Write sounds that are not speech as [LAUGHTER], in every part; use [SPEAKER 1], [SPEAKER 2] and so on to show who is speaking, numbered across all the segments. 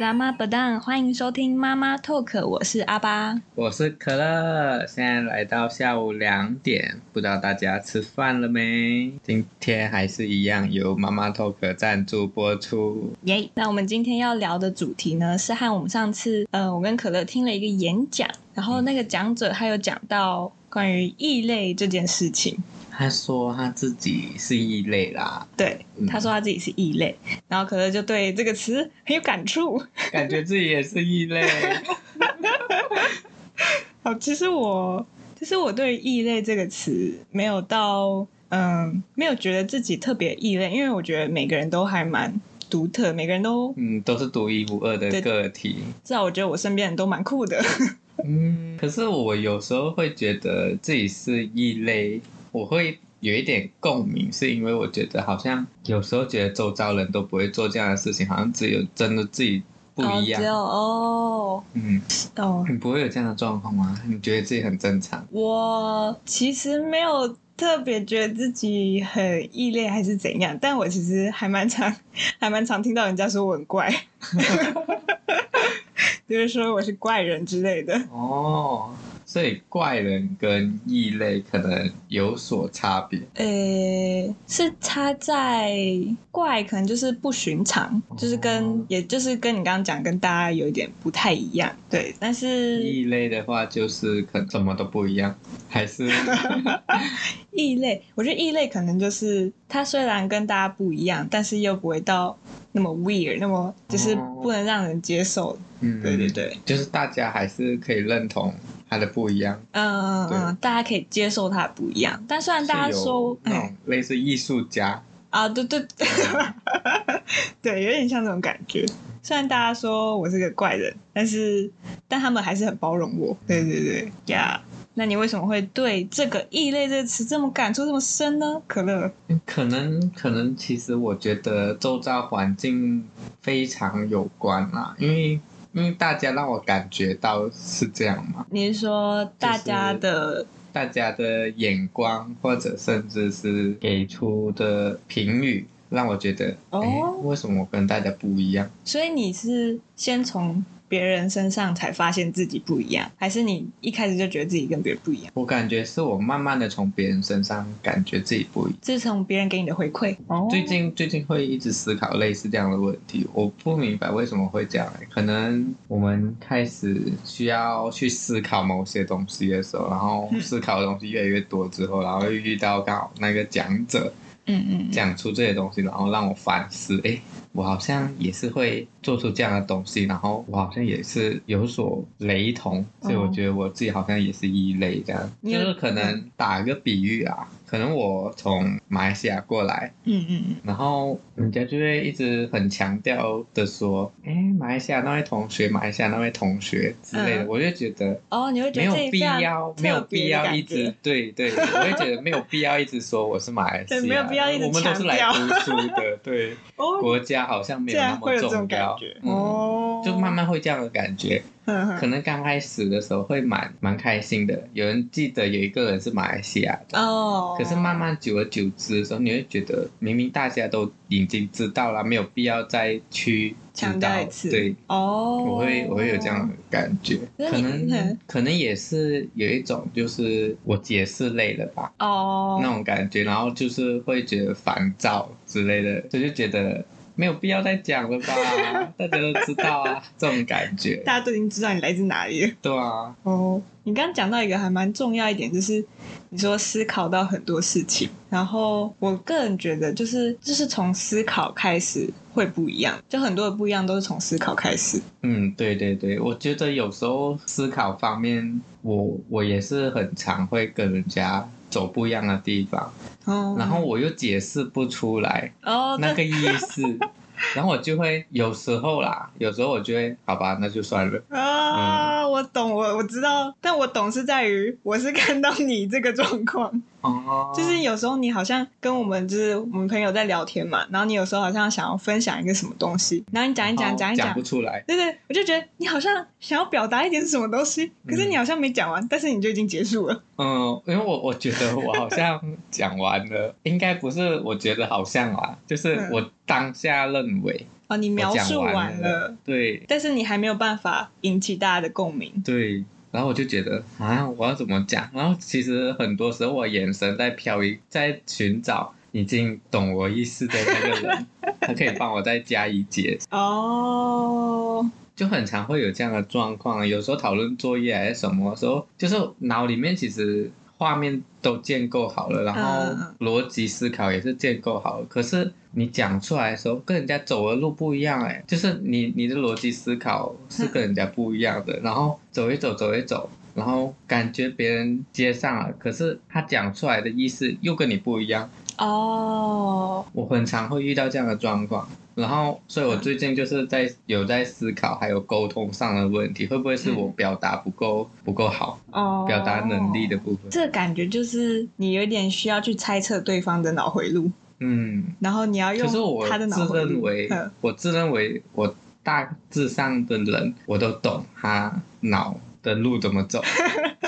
[SPEAKER 1] 拉妈不当，欢迎收听妈妈 talk，我是阿巴。
[SPEAKER 2] 我是可乐，现在来到下午两点，不知道大家吃饭了没？今天还是一样由妈妈 Talk 赞助播出。
[SPEAKER 1] 耶、那我们今天要聊的主题呢，是和我们上次呃，我跟可乐听了一个演讲，然后那个讲者他有讲到关于异类这件事情。
[SPEAKER 2] 他说他自己是异类啦，
[SPEAKER 1] 对，
[SPEAKER 2] 嗯
[SPEAKER 1] 他说他自己是异类，然后可乐就对这个词很有感触。
[SPEAKER 2] 感觉自己也是异
[SPEAKER 1] [LAUGHS]
[SPEAKER 2] 类。
[SPEAKER 1] 好，其实我其实我对“异类”这个词没有到嗯，没有觉得自己特别异类，因为我觉得每个人都还蛮独特，每个人都
[SPEAKER 2] 嗯，都是独一无二的
[SPEAKER 1] 对
[SPEAKER 2] 个体。
[SPEAKER 1] 至少我觉得我身边人都蛮酷的。
[SPEAKER 2] 嗯，可是我有时候会觉得自己是异类，我会有一点共鸣，是因为我觉得好像有时候觉得周遭人都不会做这样的事情，好像只有真的自己不一
[SPEAKER 1] 哦
[SPEAKER 2] 样。
[SPEAKER 1] 只有哦
[SPEAKER 2] 嗯，
[SPEAKER 1] 哦，
[SPEAKER 2] 你不会有这样的状况吗？你觉得自己很正常？
[SPEAKER 1] 我其实没有特别觉得自己很异类还是怎样，但我其实还蛮常还蛮常听到人家说我很
[SPEAKER 2] [LAUGHS]
[SPEAKER 1] 怪，就是说我是怪人之类的。
[SPEAKER 2] 哦，所以怪人跟异类可能有所差别。
[SPEAKER 1] 呃、是差在怪，可能就是不寻常，就是跟、
[SPEAKER 2] 哦
[SPEAKER 1] 也就是跟你刚刚讲，跟大家有一点不太一样，对。但是
[SPEAKER 2] 异类的话，就是可能什么都不一样，
[SPEAKER 1] [LAUGHS]
[SPEAKER 2] 还是
[SPEAKER 1] 异类，我觉得异类可能就是它虽然跟大家不一样，但是又不会到那么 weird，那么就是
[SPEAKER 2] 哦
[SPEAKER 1] 不能让人接受。
[SPEAKER 2] 嗯，
[SPEAKER 1] 对对，对，
[SPEAKER 2] 就是大家还是可以认同他的不一样。
[SPEAKER 1] 嗯嗯嗯，大家可以接受它不一样，但虽然大家
[SPEAKER 2] 是有
[SPEAKER 1] 说，
[SPEAKER 2] 那
[SPEAKER 1] 哎
[SPEAKER 2] 种类似艺术家，
[SPEAKER 1] 啊，对对 [LAUGHS] 对，对，有点像这种感觉。虽然大家说我是个怪人，但是但他们还是很包容我。对对对，呀、那你为什么会对这个“异类”这个词这么感触这么深呢？可乐，
[SPEAKER 2] 可能可能其实我觉得周遭环境非常有关啦，因为因为大家让我感觉到是这样嘛，
[SPEAKER 1] 你是说大家
[SPEAKER 2] 就是
[SPEAKER 1] 的
[SPEAKER 2] 大家的眼光或者甚至是给出的评语，让我觉得，哎、
[SPEAKER 1] 哦
[SPEAKER 2] 为什么我跟大家不一样？
[SPEAKER 1] 所以你是先从别人身上才发现自己不一样，还是你一开始就觉得自己跟别人不一样？
[SPEAKER 2] 我感觉是我慢慢的从别人身上感觉自己不一样。
[SPEAKER 1] 自从别人给你的回馈，哦
[SPEAKER 2] 最近最近会一直思考类似这样的问题，我不明白为什么会这样、哎可能我们开始需要去思考某些东西的时候，然后
[SPEAKER 1] 嗯
[SPEAKER 2] 思考的东西越来越多之后，然后又遇到刚好那个讲者
[SPEAKER 1] 嗯嗯嗯，
[SPEAKER 2] 讲出这些东西，然后让我反思，诶，我好像也是会做出这样的东西，然后我好像也是有所雷同，所以我觉得我自己好像也是异类这样，
[SPEAKER 1] 哦你
[SPEAKER 2] 就
[SPEAKER 1] 有
[SPEAKER 2] 是可能打个比喻啊，可能我从马来西亚过来。
[SPEAKER 1] 嗯嗯嗯，
[SPEAKER 2] 然后人家就会一直很强调的说，哎，马来西亚那位同学，马来西亚那位同学之类的，
[SPEAKER 1] 嗯
[SPEAKER 2] 我就觉得
[SPEAKER 1] 哦，你会觉得
[SPEAKER 2] 没有
[SPEAKER 1] 自己
[SPEAKER 2] 必
[SPEAKER 1] 非常
[SPEAKER 2] 要，没有
[SPEAKER 1] 特别
[SPEAKER 2] 必
[SPEAKER 1] 的
[SPEAKER 2] 要
[SPEAKER 1] 感
[SPEAKER 2] 一直
[SPEAKER 1] 觉
[SPEAKER 2] 对对，我会觉得没有必要一直说我是马来西
[SPEAKER 1] 对
[SPEAKER 2] 亚人，
[SPEAKER 1] 没有必要一直
[SPEAKER 2] 我们都是来
[SPEAKER 1] 强
[SPEAKER 2] 读
[SPEAKER 1] 调
[SPEAKER 2] 书的，
[SPEAKER 1] [LAUGHS]
[SPEAKER 2] 对，
[SPEAKER 1] 哦，
[SPEAKER 2] 国家好像没
[SPEAKER 1] 竟
[SPEAKER 2] 有那
[SPEAKER 1] 然会
[SPEAKER 2] 么
[SPEAKER 1] 有这种
[SPEAKER 2] 重
[SPEAKER 1] 感
[SPEAKER 2] 要
[SPEAKER 1] 觉，，
[SPEAKER 2] 嗯，
[SPEAKER 1] 哦，嗯
[SPEAKER 2] 就慢慢会这样的感觉，
[SPEAKER 1] 哼哼
[SPEAKER 2] 可能刚开始的时候会蛮蛮开心的，有人记得有一个人是马来西亚的。
[SPEAKER 1] 哦，
[SPEAKER 2] 可是慢慢久而久之的时候，你会觉得明明大家都已经知道了，没有必要再去知
[SPEAKER 1] 强调
[SPEAKER 2] 道
[SPEAKER 1] 一。次
[SPEAKER 2] 对，
[SPEAKER 1] 哦，
[SPEAKER 2] 我会我会有这样的感觉，
[SPEAKER 1] 那
[SPEAKER 2] 可
[SPEAKER 1] 你嗯
[SPEAKER 2] 能可能也是有一种就是我解释累了吧、
[SPEAKER 1] 哦，
[SPEAKER 2] 那种感觉，然后就是会觉得烦躁之类的，所以就觉得没有必要再讲了
[SPEAKER 1] [LAUGHS]
[SPEAKER 2] 吧，大家都知道啊，这种感觉，
[SPEAKER 1] 大家都已经知道你来自哪里了。
[SPEAKER 2] 对啊，
[SPEAKER 1] 哦，你刚刚讲到一个还蛮重要一点，就是你说思考到很多事情，然后我个人觉得就是就是从思考开始会不一样，就很多的不一样都是从思考开始。
[SPEAKER 2] 嗯，对对对，我觉得有时候思考方面，我我也是很常会跟人家走不一样的地方，
[SPEAKER 1] 哦，
[SPEAKER 2] 然后我又解释不出来
[SPEAKER 1] 哦，
[SPEAKER 2] 那
[SPEAKER 1] 对
[SPEAKER 2] 个意
[SPEAKER 1] [LAUGHS]
[SPEAKER 2] 思，然后我就会有时候啦，有时候我就会好吧，那就算了。嗯
[SPEAKER 1] 啊，我懂，我我知道，但我懂是在于我是看到你这个状况，
[SPEAKER 2] 哦，
[SPEAKER 1] 就是有时候你好像跟我们就是我们朋友在聊天嘛，然后你有时候好像想要分享一个什么东西，然后你讲一讲
[SPEAKER 2] 哦
[SPEAKER 1] 讲一
[SPEAKER 2] 讲
[SPEAKER 1] 讲
[SPEAKER 2] 不，出来，
[SPEAKER 1] 对对，我就觉得你好像想要表达一点什么东西，可是你好像没讲完，但是你就已经结束了。
[SPEAKER 2] 嗯，因为我我觉得我好像讲完了， [LAUGHS] 应该不是，我觉得好像啊，就是
[SPEAKER 1] 嗯
[SPEAKER 2] 我当下认为，
[SPEAKER 1] 哦，你描述
[SPEAKER 2] 我讲
[SPEAKER 1] 完
[SPEAKER 2] 完
[SPEAKER 1] 了，
[SPEAKER 2] 对
[SPEAKER 1] 但是你还没有办法引起大家的共鸣。
[SPEAKER 2] 对，然后我就觉得啊，我要怎么讲？然后其实很多时候我眼神在飘移，在寻找已经懂我意思的那
[SPEAKER 1] [LAUGHS]
[SPEAKER 2] 个人，他可以帮我再加以解
[SPEAKER 1] 哦，
[SPEAKER 2] 就很常会有这样的状况。有时候讨论作业还是什么时候，就是脑里面其实画面都建构好了，然
[SPEAKER 1] 嗯
[SPEAKER 2] 后
[SPEAKER 1] 嗯
[SPEAKER 2] 逻辑思考也是建构好了，可是你讲出来的时候跟人家走的路不一样哎、就是你你的逻辑思考是跟人家不一样的，然后走一走走一走。然后感觉别人接上了，可是他讲出来的意思又跟你不一样，
[SPEAKER 1] 哦，
[SPEAKER 2] 我很常会遇到这样的状况，然后，所以我最近就是在有在思考，还有沟通上的问题，会不会是
[SPEAKER 1] 嗯
[SPEAKER 2] 我表达不够不够好，
[SPEAKER 1] 哦，
[SPEAKER 2] 表达能力的部分？
[SPEAKER 1] 这感觉就是你有点需要去猜测对方的脑回路，
[SPEAKER 2] 嗯，
[SPEAKER 1] 然后你要
[SPEAKER 2] 可是
[SPEAKER 1] 用
[SPEAKER 2] 我
[SPEAKER 1] 他的脑
[SPEAKER 2] 自
[SPEAKER 1] 回
[SPEAKER 2] 认
[SPEAKER 1] 路。
[SPEAKER 2] 为
[SPEAKER 1] 嗯，
[SPEAKER 2] 我自认为我大致上的人，我都懂他脑的路怎么
[SPEAKER 1] [LAUGHS]
[SPEAKER 2] 走，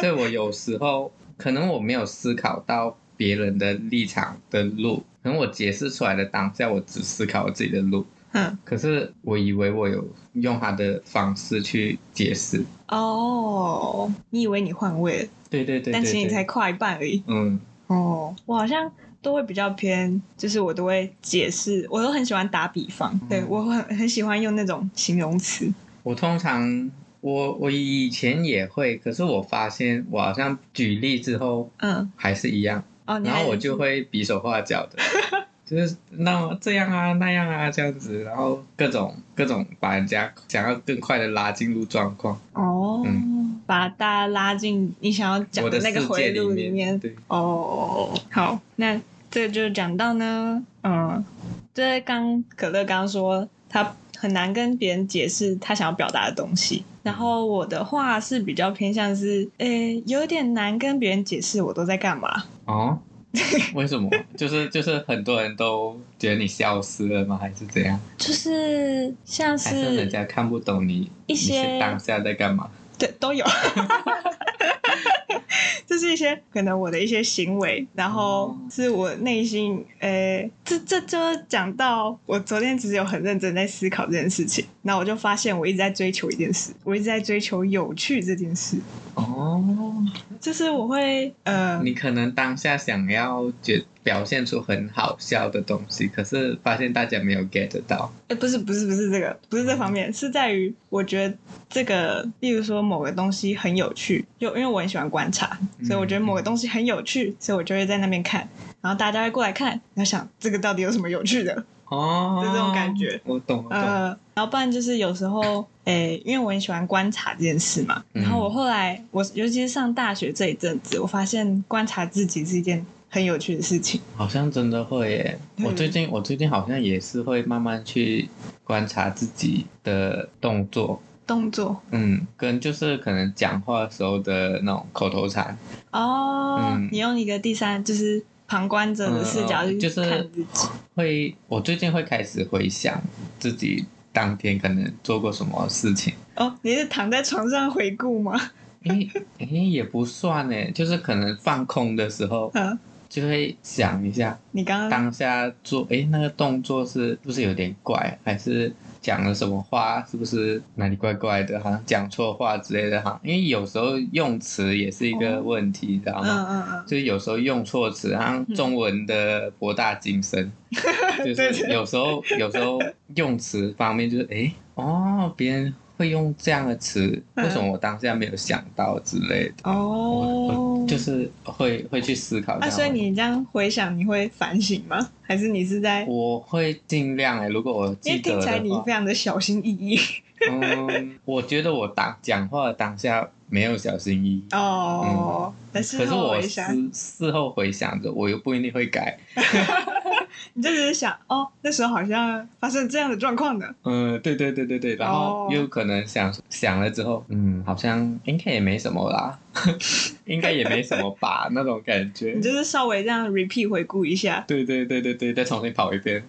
[SPEAKER 2] 所以我有时候可能我没有思考到别人的立场的路，可能我解释出来的当下，我只思考我自己的路。
[SPEAKER 1] 嗯，
[SPEAKER 2] 可是我以为我有用他的方式去解释，
[SPEAKER 1] 哦，你以为你换位了，
[SPEAKER 2] 对对对
[SPEAKER 1] 但其实你才
[SPEAKER 2] 对，
[SPEAKER 1] 跨一半而已。
[SPEAKER 2] 嗯
[SPEAKER 1] 哦，我好像都会比较偏，就是我都会解释，我都很喜欢打比方，对我很很喜欢用那种形容词。
[SPEAKER 2] 我通常我我以前也会，可是我发现我好像举例之后
[SPEAKER 1] 嗯，
[SPEAKER 2] 还是一样，
[SPEAKER 1] 哦，你
[SPEAKER 2] 然
[SPEAKER 1] 还
[SPEAKER 2] 后我就会比手画脚
[SPEAKER 1] [LAUGHS]
[SPEAKER 2] 的，就是那么这样啊那样啊这样子，然后各种各种把人家想要更快的拉进入状况，
[SPEAKER 1] 哦，
[SPEAKER 2] 嗯
[SPEAKER 1] 把大家拉进你想要讲
[SPEAKER 2] 我
[SPEAKER 1] 那个
[SPEAKER 2] 世界
[SPEAKER 1] 回路
[SPEAKER 2] 里
[SPEAKER 1] 面。
[SPEAKER 2] 对，
[SPEAKER 1] 哦，好，那这就讲到呢，嗯，这刚可乐刚说他很难跟别人解释他想要表达的东西，然后我的话是比较偏向是，呃、有点难跟别人解释我都在干嘛。 [LAUGHS]
[SPEAKER 2] 哦。为什么？就是就是很多人都觉得你消失了吗？还是怎样？
[SPEAKER 1] 就是像
[SPEAKER 2] 还是人
[SPEAKER 1] 是
[SPEAKER 2] 家看不懂你
[SPEAKER 1] 一些
[SPEAKER 2] 你是当下在干嘛？
[SPEAKER 1] 对都有， [LAUGHS] 就是一些可能我的一些行为，然后
[SPEAKER 2] 哦
[SPEAKER 1] 是我内心，呃、这这就讲到我昨天其实有很认真在思考这件事情，那我就发现我一直在追求一件事，我一直在追求有趣这件事，
[SPEAKER 2] 哦，
[SPEAKER 1] 就是我会呃，
[SPEAKER 2] 你可能当下想要觉表现出很好笑的东西，可是发现大家没有 get 到。
[SPEAKER 1] 哎、不是不是不是这个，不是这方面，是在于我觉得这个，例如说某个东西很有趣，就因为我很喜欢观察，
[SPEAKER 2] 嗯
[SPEAKER 1] 所以我觉得某个东西很有趣，所以我就会在那边看，然后大家会过来看，然后想这个到底有什么有趣的，
[SPEAKER 2] 哦，
[SPEAKER 1] 就这种感觉。
[SPEAKER 2] 我懂，哦我懂。
[SPEAKER 1] 呃，然后不然就是有时候，诶、因为我很喜欢观察这件事嘛，
[SPEAKER 2] 嗯
[SPEAKER 1] 然后我后来我尤其是上大学这一阵子，我发现观察自己是一件很有趣的事情，
[SPEAKER 2] 好像真的会耶！
[SPEAKER 1] 嗯
[SPEAKER 2] 我最近我最近好像也是会慢慢去观察自己的动作，
[SPEAKER 1] 动作
[SPEAKER 2] 嗯，跟就是可能讲话的时候的那种口头禅，
[SPEAKER 1] 哦，
[SPEAKER 2] 嗯
[SPEAKER 1] 你用一个第三就是。旁观者的视角
[SPEAKER 2] 嗯
[SPEAKER 1] 去
[SPEAKER 2] 就是
[SPEAKER 1] 看自己，
[SPEAKER 2] 会，我最近会开始回想自己当天可能做过什么事
[SPEAKER 1] [LAUGHS]
[SPEAKER 2] 情，
[SPEAKER 1] 哦，你是躺在床上回顾吗？ [LAUGHS]
[SPEAKER 2] 诶诶也不算诶，就是可能放空的时
[SPEAKER 1] [LAUGHS]
[SPEAKER 2] 候
[SPEAKER 1] 嗯，
[SPEAKER 2] 就会想一下
[SPEAKER 1] 你刚刚
[SPEAKER 2] 当下做，诶那个动作是不是有点怪，还是讲了什么话，是不是哪里怪怪的，好像讲错话之类的哈，因为有时候用词也是一个
[SPEAKER 1] 哦
[SPEAKER 2] 问题，你知道
[SPEAKER 1] 嗯
[SPEAKER 2] 吗？
[SPEAKER 1] 嗯嗯，
[SPEAKER 2] 就是有时候用错词，好像中文的博大精
[SPEAKER 1] [LAUGHS]
[SPEAKER 2] 深，就
[SPEAKER 1] 对
[SPEAKER 2] 是
[SPEAKER 1] 对
[SPEAKER 2] 有时候有时候用词方面就是诶哦，别人会用这样的词，
[SPEAKER 1] 嗯
[SPEAKER 2] 为什么我当下没有想到之类的，我
[SPEAKER 1] 哦
[SPEAKER 2] 我就是会会去思考这
[SPEAKER 1] 啊，
[SPEAKER 2] 样的
[SPEAKER 1] 所
[SPEAKER 2] 问
[SPEAKER 1] 以
[SPEAKER 2] 题。
[SPEAKER 1] 你这样回想，你会反省吗？还是你是在？
[SPEAKER 2] 哦我会尽量哎、如果我
[SPEAKER 1] 因
[SPEAKER 2] 记
[SPEAKER 1] 为
[SPEAKER 2] 得
[SPEAKER 1] 听起来你
[SPEAKER 2] 的话
[SPEAKER 1] 非，常的小心翼翼
[SPEAKER 2] 嗯，我觉得我当讲话的当下没有小心翼翼，
[SPEAKER 1] 哦，但是
[SPEAKER 2] 嗯可是
[SPEAKER 1] 后
[SPEAKER 2] 我
[SPEAKER 1] 回想，
[SPEAKER 2] 事事后回想着，我又不一定会改。
[SPEAKER 1] 你就只是想哦，那时候好像发生这样的状况呢。
[SPEAKER 2] 嗯，对对对对对，然后
[SPEAKER 1] 哦
[SPEAKER 2] 又可能想、想了之后，嗯，好像应该也没什么啦， [LAUGHS] 应该也没什么吧，那种感觉
[SPEAKER 1] 你。就是稍微这样 repeat 回顾一下，
[SPEAKER 2] 对对对对对，再重新跑一遍，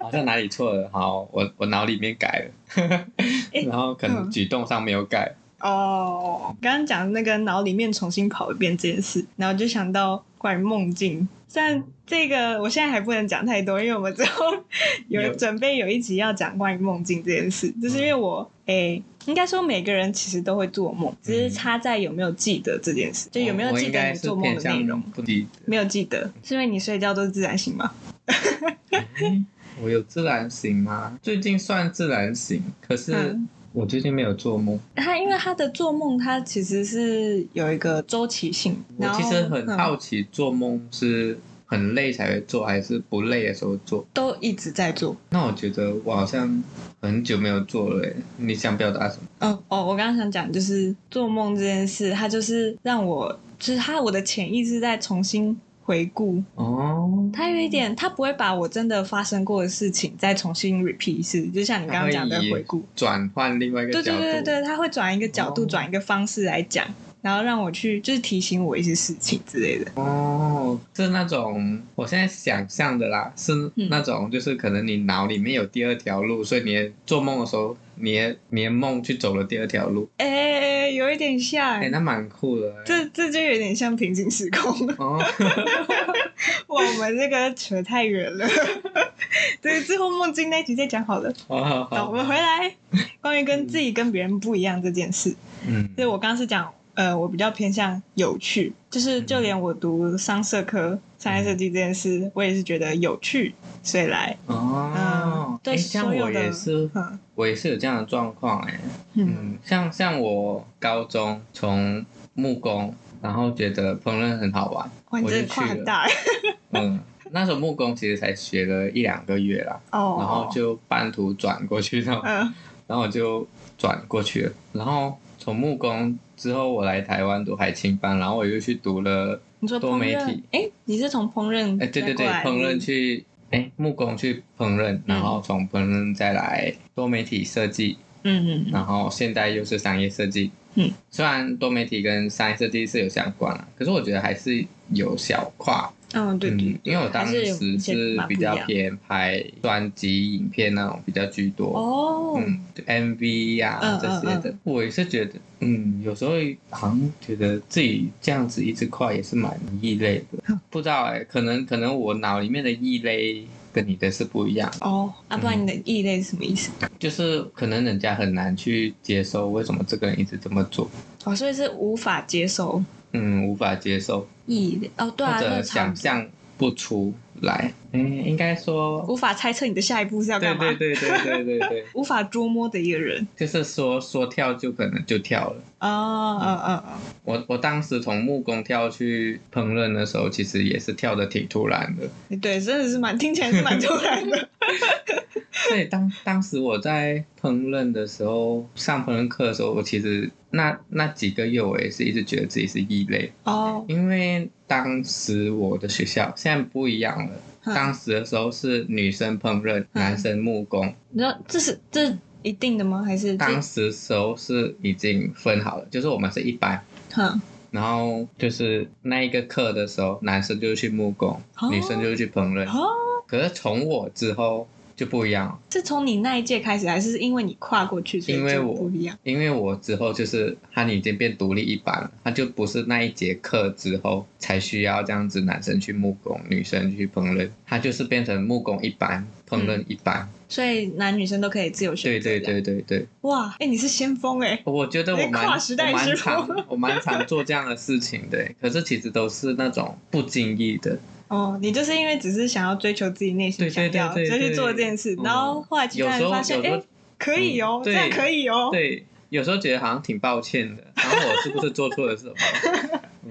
[SPEAKER 2] 好像哪里错了，好，我我脑里面改了， [LAUGHS] 然后可能
[SPEAKER 1] 嗯
[SPEAKER 2] 举动上没有改，
[SPEAKER 1] 哦，刚刚讲那个脑里面重新跑一遍这件事，然后就想到关于梦境。虽然这个我现在还不能讲太多，因为我们之后有嗯
[SPEAKER 2] 有
[SPEAKER 1] 准备有一集要讲关于梦境这件事，就是因为我诶、应该说每个人其实都会做梦，只是差在有没有记得这件事，就有没有
[SPEAKER 2] 我
[SPEAKER 1] 记
[SPEAKER 2] 应
[SPEAKER 1] 得
[SPEAKER 2] 该
[SPEAKER 1] 你
[SPEAKER 2] 是
[SPEAKER 1] 做梦
[SPEAKER 2] 偏
[SPEAKER 1] 的
[SPEAKER 2] 向
[SPEAKER 1] 内容。
[SPEAKER 2] 不记得。
[SPEAKER 1] 没有记得，是因为你睡觉都是自然醒吗？
[SPEAKER 2] 嗯我有自然醒吗？最近算自然醒，可是
[SPEAKER 1] 嗯
[SPEAKER 2] 我最近没有做梦。
[SPEAKER 1] 他因为他的做梦，他其实是有一个周期性。
[SPEAKER 2] 我
[SPEAKER 1] 然后
[SPEAKER 2] 其实很
[SPEAKER 1] 嗯
[SPEAKER 2] 好奇，做梦是很累才会做，还是不累的时候做？
[SPEAKER 1] 都一直在做。
[SPEAKER 2] 那我觉得我好像很久没有做了耶。你想表达什么？
[SPEAKER 1] 哦哦，我刚刚想讲就是做梦这件事，它就是让我，就是它我的潜意识在重新回顾，
[SPEAKER 2] 哦，
[SPEAKER 1] 它有一点，它不会把我真的发生过的事情再重新 repeat 一次，就像你刚刚讲的
[SPEAKER 2] 它会以
[SPEAKER 1] 回顾，
[SPEAKER 2] 转换另外一个
[SPEAKER 1] 对
[SPEAKER 2] 角
[SPEAKER 1] 对
[SPEAKER 2] 度。
[SPEAKER 1] 对对，它会转一个角度，
[SPEAKER 2] 哦
[SPEAKER 1] 转一个方式来讲，然后让我去就是提醒我一些事情之类的。
[SPEAKER 2] 哦，是那种我现在想象的啦，是
[SPEAKER 1] 嗯
[SPEAKER 2] 那种就是可能你脑里面有第二条路，所以你也做梦的时候，你也你的梦去走了第二条路。
[SPEAKER 1] 哎、有一点像，
[SPEAKER 2] 哎、那蛮酷的耶。
[SPEAKER 1] 这这就有点像平行时空了。 [LAUGHS]
[SPEAKER 2] 哦，
[SPEAKER 1] 哇，我们这个扯太远了。 [LAUGHS] 对，最后梦境那一集再讲好了。
[SPEAKER 2] 好
[SPEAKER 1] [LAUGHS]
[SPEAKER 2] 好
[SPEAKER 1] 好，我
[SPEAKER 2] 好，
[SPEAKER 1] 们回来，关于跟自己跟别人不一样这件事，
[SPEAKER 2] 嗯，
[SPEAKER 1] 所以我刚刚是讲，呃，我比较偏向有趣，就是就连我读商社科、商业设计这件事，我也是觉得有趣，所以来，
[SPEAKER 2] 哦
[SPEAKER 1] 嗯，对
[SPEAKER 2] 诶像
[SPEAKER 1] 所有
[SPEAKER 2] 我
[SPEAKER 1] 的
[SPEAKER 2] 也是，
[SPEAKER 1] 嗯
[SPEAKER 2] 我也是有这样的状况哎，
[SPEAKER 1] 嗯
[SPEAKER 2] 嗯，像像我高中从木工，然后觉得烹饪很好玩，
[SPEAKER 1] 哇，你这个跨很 [LAUGHS] 大
[SPEAKER 2] 嗯，那时候木工其实才学了一两个月啦，
[SPEAKER 1] 哦，
[SPEAKER 2] 然后就半途转过去，然后
[SPEAKER 1] 嗯
[SPEAKER 2] 然后我就转过去了，然后从木工之后我来台湾读海青班，然后我又去读了，
[SPEAKER 1] 你说
[SPEAKER 2] 多
[SPEAKER 1] 烹
[SPEAKER 2] 媒
[SPEAKER 1] 饪
[SPEAKER 2] 体，
[SPEAKER 1] 哎，你是从烹饪
[SPEAKER 2] 哎，对对对，
[SPEAKER 1] 再过
[SPEAKER 2] 烹
[SPEAKER 1] 来
[SPEAKER 2] 饪去。哎，木工去烹饪，然后从烹饪再来多媒体设计，
[SPEAKER 1] 嗯嗯嗯
[SPEAKER 2] 然后现在又是商业设计。
[SPEAKER 1] 嗯，
[SPEAKER 2] 虽然多媒体跟商业设计是有相关啊，可是我觉得还是有小跨。
[SPEAKER 1] 嗯，对对
[SPEAKER 2] 嗯，，因为我当
[SPEAKER 1] 还是有
[SPEAKER 2] 时
[SPEAKER 1] 一些
[SPEAKER 2] 是
[SPEAKER 1] 蛮不
[SPEAKER 2] 比
[SPEAKER 1] 一
[SPEAKER 2] 较
[SPEAKER 1] 样
[SPEAKER 2] 偏拍专辑、影片那种比较居多。
[SPEAKER 1] 哦，
[SPEAKER 2] 嗯对，MV 呀、
[SPEAKER 1] 嗯
[SPEAKER 2] 这些的，
[SPEAKER 1] 嗯
[SPEAKER 2] 我也是觉得，嗯，有时候好像觉得自己这样子一直跨也是蛮异类
[SPEAKER 1] 嗯
[SPEAKER 2] 的，不知道哎、可能可能我脑里面的异类跟你的是不一样，
[SPEAKER 1] 哦，啊，不然你的异类是什么意思？
[SPEAKER 2] 就是可能人家很难去接受为什么这个人一直这么做，
[SPEAKER 1] 哦，所以是无法接受
[SPEAKER 2] 嗯，无法接受，
[SPEAKER 1] 异类，哦，对啊，
[SPEAKER 2] 或
[SPEAKER 1] 那
[SPEAKER 2] 者
[SPEAKER 1] 差不多
[SPEAKER 2] 想象不出来。嗯，应该说，
[SPEAKER 1] 无法猜测你的下一步是要
[SPEAKER 2] 对
[SPEAKER 1] 干嘛，
[SPEAKER 2] 对对对对对对，
[SPEAKER 1] 无法捉摸的一个人。
[SPEAKER 2] 就是说说跳就可能就跳了。
[SPEAKER 1] 啊啊啊啊！
[SPEAKER 2] 我我当时从木工跳去烹饪的时候，其实也是跳的挺突然的。
[SPEAKER 1] 对，真的是蛮听起来是蛮突然
[SPEAKER 2] [LAUGHS]
[SPEAKER 1] 的。
[SPEAKER 2] 所以当当时我在烹饪的时候，上烹饪课的时候，我其实那那几个月我也是一直觉得自己是异类。
[SPEAKER 1] 哦，
[SPEAKER 2] 因为当时我的学校现在不一样了，
[SPEAKER 1] 嗯
[SPEAKER 2] 当时的时候是女生烹饪，
[SPEAKER 1] 嗯
[SPEAKER 2] 男生木工。
[SPEAKER 1] 你说这是这是一定的吗？还是这
[SPEAKER 2] 当时时候是已经分好了，就是我们是一班，
[SPEAKER 1] 哼
[SPEAKER 2] 然后就是那一个课的时候，男生就是去木工，
[SPEAKER 1] 哦
[SPEAKER 2] 女生就是去烹饪。
[SPEAKER 1] 哦？
[SPEAKER 2] 可是从我之后就不一样了，
[SPEAKER 1] 是从你那一届开始，还是因为你跨过去，所以
[SPEAKER 2] 因为
[SPEAKER 1] 就
[SPEAKER 2] 我
[SPEAKER 1] 不一样？
[SPEAKER 2] 因为我之后就是他已经变独立一班了，他就不是那一节课之后才需要这样子，男生去木工，女生去烹饪，他就是变成木工一班，烹饪一班。
[SPEAKER 1] 所以男女生都可以自由选
[SPEAKER 2] 对
[SPEAKER 1] 择。
[SPEAKER 2] 对。对对对，
[SPEAKER 1] 哇，哎、你是先锋哎、
[SPEAKER 2] 我觉得我蛮
[SPEAKER 1] 你跨时代
[SPEAKER 2] 我蛮
[SPEAKER 1] 之风
[SPEAKER 2] 常我蛮常做这样的事情的，欸可是其实都是那种不经意
[SPEAKER 1] [LAUGHS]
[SPEAKER 2] 的，
[SPEAKER 1] 哦，你就是因为只是想要追求自己内
[SPEAKER 2] 对
[SPEAKER 1] 心
[SPEAKER 2] 对
[SPEAKER 1] 想要，
[SPEAKER 2] 对对
[SPEAKER 1] 所以去
[SPEAKER 2] 对
[SPEAKER 1] 做这件事，
[SPEAKER 2] 嗯
[SPEAKER 1] 然后后来其
[SPEAKER 2] 有
[SPEAKER 1] 他
[SPEAKER 2] 时
[SPEAKER 1] 人
[SPEAKER 2] 候
[SPEAKER 1] 发
[SPEAKER 2] 有
[SPEAKER 1] 现，
[SPEAKER 2] 时
[SPEAKER 1] 哎、
[SPEAKER 2] 候
[SPEAKER 1] 可以哦、
[SPEAKER 2] 嗯
[SPEAKER 1] 这
[SPEAKER 2] 对
[SPEAKER 1] 样可以哦、
[SPEAKER 2] 对，有时候觉得好像挺抱歉的，然后我是不是做错了什么？ [LAUGHS] 嗯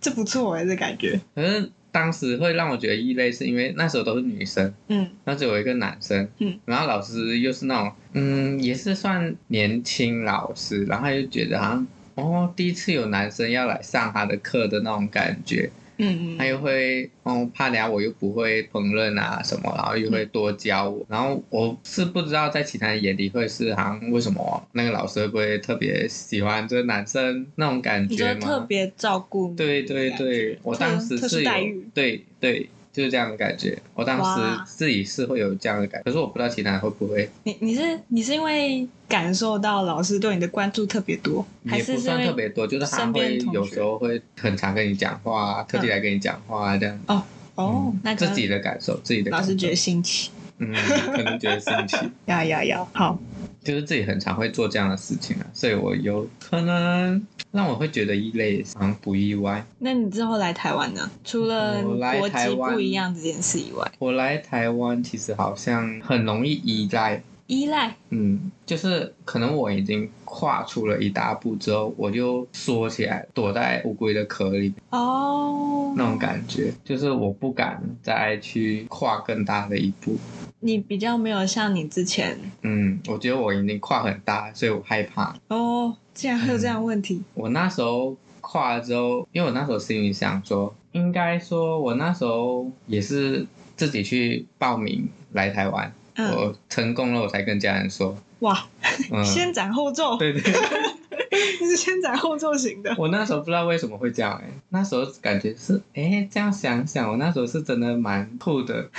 [SPEAKER 1] 这不错哎、这感觉，
[SPEAKER 2] 可是当时会让我觉得异类，是因为那时候都是女生，
[SPEAKER 1] 嗯。
[SPEAKER 2] 那只有一个男生，
[SPEAKER 1] 嗯，
[SPEAKER 2] 然后老师又是那种，嗯，也是算年轻老师，然后他就觉得好像，哦，第一次有男生要来上他的课的那种感觉，
[SPEAKER 1] 嗯
[SPEAKER 2] 他
[SPEAKER 1] 嗯，
[SPEAKER 2] 又会，嗯，怕等下我又不会烹饪啊什么，然后又会多教
[SPEAKER 1] 嗯
[SPEAKER 2] 我，然后我是不知道在其他人眼里会是好像为什么那个老师会不会特别喜欢这男生那种感
[SPEAKER 1] 你就
[SPEAKER 2] 觉
[SPEAKER 1] 会特
[SPEAKER 2] 吗？
[SPEAKER 1] 别照顾你，
[SPEAKER 2] 对对
[SPEAKER 1] 感
[SPEAKER 2] 对
[SPEAKER 1] 觉，
[SPEAKER 2] 我
[SPEAKER 1] 特
[SPEAKER 2] 当时
[SPEAKER 1] 特殊
[SPEAKER 2] 是有
[SPEAKER 1] 待遇，
[SPEAKER 2] 对对，就是这样的感觉。我当
[SPEAKER 1] 哇
[SPEAKER 2] 时自己是会有这样的感觉，可是我不知道其他人会不会，
[SPEAKER 1] 你你是你是因为感受到老师对你的关注特别多，还
[SPEAKER 2] 也
[SPEAKER 1] 是
[SPEAKER 2] 不
[SPEAKER 1] 是因
[SPEAKER 2] 算
[SPEAKER 1] 为
[SPEAKER 2] 特别多，就是他
[SPEAKER 1] 身边
[SPEAKER 2] 会
[SPEAKER 1] 同
[SPEAKER 2] 有
[SPEAKER 1] 学
[SPEAKER 2] 时候会很常跟你讲话啊，特地来跟你讲话啊这样。
[SPEAKER 1] 哦
[SPEAKER 2] 嗯，
[SPEAKER 1] 那可
[SPEAKER 2] 自
[SPEAKER 1] 能
[SPEAKER 2] 己的感受，自己的
[SPEAKER 1] 老
[SPEAKER 2] 感
[SPEAKER 1] 师
[SPEAKER 2] 受
[SPEAKER 1] 觉得新奇，
[SPEAKER 2] 嗯，可能觉得新
[SPEAKER 1] [LAUGHS]
[SPEAKER 2] 奇。
[SPEAKER 1] 呀呀呀，好，
[SPEAKER 2] 就是自己很常会做这样的事情啊，所以我有可能让我会觉得异类，好像不意外。
[SPEAKER 1] 那你之后来台湾呢？除了
[SPEAKER 2] 我来
[SPEAKER 1] 国
[SPEAKER 2] 台
[SPEAKER 1] 籍
[SPEAKER 2] 湾
[SPEAKER 1] 不一样这件事以外，
[SPEAKER 2] 我来台湾其实好像很容易依赖，
[SPEAKER 1] 依赖
[SPEAKER 2] 嗯，就是可能我已经跨出了一大步之后，我就缩起来，躲在乌龟的壳里
[SPEAKER 1] 哦，
[SPEAKER 2] 那种感觉，就是我不敢再去跨更大的一步。
[SPEAKER 1] 你比较没有像你之前
[SPEAKER 2] 嗯，我觉得我已经跨很大，所以我害怕。
[SPEAKER 1] 哦，竟然会有这样的问题，
[SPEAKER 2] 我那时候跨了之后，因为我那时候心里想说，应该说我那时候也是自己去报名来台湾，
[SPEAKER 1] 嗯，
[SPEAKER 2] 我成功了，我才跟家人
[SPEAKER 1] [LAUGHS]
[SPEAKER 2] 说，
[SPEAKER 1] 哇，
[SPEAKER 2] 嗯，
[SPEAKER 1] 先斩后奏，
[SPEAKER 2] 对对，
[SPEAKER 1] 你 [LAUGHS] 是先斩后奏型的，
[SPEAKER 2] 我那时候不知道为什么会这样、欸，那时候感觉是，哎、这样想想，我那时候是真的蛮酷的。 [LAUGHS]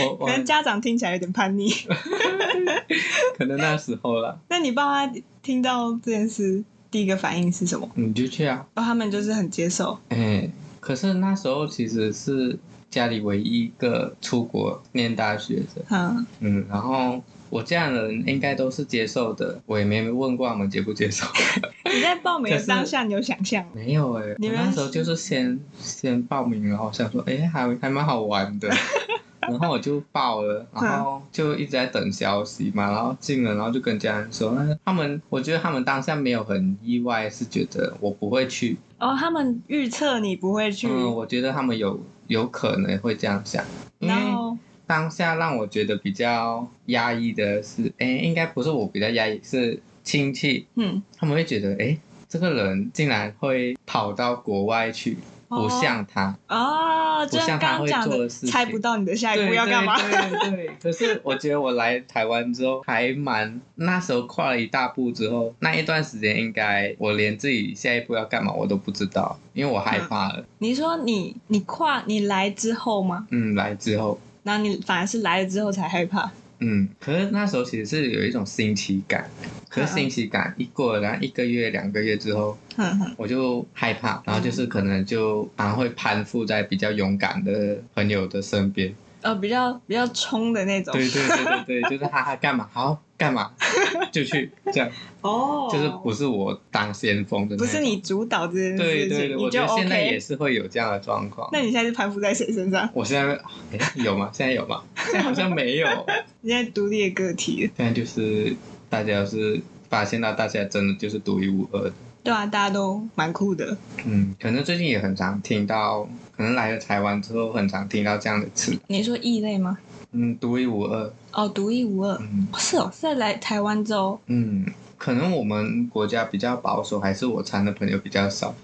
[SPEAKER 2] 我 [LAUGHS] 我
[SPEAKER 1] 可能家长听起来有点叛
[SPEAKER 2] [LAUGHS]
[SPEAKER 1] 逆。
[SPEAKER 2] 可能那时候啦，
[SPEAKER 1] 那你爸妈听到这件事，第一个反应是什么？
[SPEAKER 2] 你就去啊，
[SPEAKER 1] 哦，他们就是很接受，
[SPEAKER 2] 哎、可是那时候其实是家里唯一一个出国念大学的，
[SPEAKER 1] 嗯，
[SPEAKER 2] 嗯，然后我家人应该都是接受的，我也没问过他们接不接受。 [LAUGHS]
[SPEAKER 1] 你在报名
[SPEAKER 2] 可
[SPEAKER 1] 的
[SPEAKER 2] 是
[SPEAKER 1] 当下，你有想象吗？
[SPEAKER 2] 没有哎、我
[SPEAKER 1] 你们
[SPEAKER 2] 那时候就是先先报名，然后想说，哎、还还蛮好玩
[SPEAKER 1] [LAUGHS]
[SPEAKER 2] 的，然后我就报了，
[SPEAKER 1] 嗯
[SPEAKER 2] 然后就一直在等消息嘛，然后进了，然后就跟家人说，那他们，我觉得他们当下没有很意外，是觉得我不会去，
[SPEAKER 1] 哦，他们预测你不会去，
[SPEAKER 2] 嗯，我觉得他们有有可能会这样想，因为
[SPEAKER 1] 然后
[SPEAKER 2] 当下让我觉得比较压抑的是，哎、应该不是我比较压抑，是亲戚
[SPEAKER 1] 嗯，
[SPEAKER 2] 他们会觉得，哎、这个人竟然会跑到国外去，
[SPEAKER 1] 哦
[SPEAKER 2] 不像他，
[SPEAKER 1] 哦，就
[SPEAKER 2] 不像
[SPEAKER 1] 像
[SPEAKER 2] 他
[SPEAKER 1] 刚刚
[SPEAKER 2] 会
[SPEAKER 1] 讲
[SPEAKER 2] 做
[SPEAKER 1] 的，
[SPEAKER 2] 的事情
[SPEAKER 1] 猜哎不到你的下一
[SPEAKER 2] 对
[SPEAKER 1] 步要干嘛，
[SPEAKER 2] 对对
[SPEAKER 1] [LAUGHS]
[SPEAKER 2] 对。可是我觉得我来台湾之后，还蛮那时候跨了一大步之后，那一段时间应该我连自己下一步要干嘛我都不知道，因为我害怕了。
[SPEAKER 1] 你说你你跨你来之后吗？
[SPEAKER 2] 嗯，来之后。
[SPEAKER 1] 然后你反而是来了之后才害怕，
[SPEAKER 2] 嗯，可是那时候其实是有一种新奇感，可
[SPEAKER 1] 嗯
[SPEAKER 2] 是新奇感一过了，然后一个月、两个月之后，
[SPEAKER 1] 哼哼，
[SPEAKER 2] 我就害怕，然后就是可能就常会攀附在比较勇敢的朋友的身边。
[SPEAKER 1] 呃，比较比较冲的那种，
[SPEAKER 2] 对对对对对，就是哈哈，干嘛好干嘛就去这样，
[SPEAKER 1] 哦，
[SPEAKER 2] 就是不是我当先锋的，
[SPEAKER 1] 不是。你主导这件事情，
[SPEAKER 2] 对对对，我
[SPEAKER 1] 你就
[SPEAKER 2] 觉得现在
[SPEAKER 1] OK，
[SPEAKER 2] 也是会有这样的状况。
[SPEAKER 1] 那你现在是攀附在谁身上？
[SPEAKER 2] 我现在诶有吗？现在有吗？现在好像没有。
[SPEAKER 1] 你现在独立的个体了，
[SPEAKER 2] 现在就是大家是发现到大家真的就是独一无二的。
[SPEAKER 1] 对啊，大家都蛮酷的，
[SPEAKER 2] 嗯，可能最近也很常听到，可能来了台湾之后，很常听到这样的词，
[SPEAKER 1] 你说异类吗？
[SPEAKER 2] 嗯，独一无二，
[SPEAKER 1] 哦，独一无二。
[SPEAKER 2] 嗯
[SPEAKER 1] 哦是哦，是在来台湾之后，
[SPEAKER 2] 嗯，可能我们国家比较保守，还是我缠的朋友比较 [LAUGHS] 少，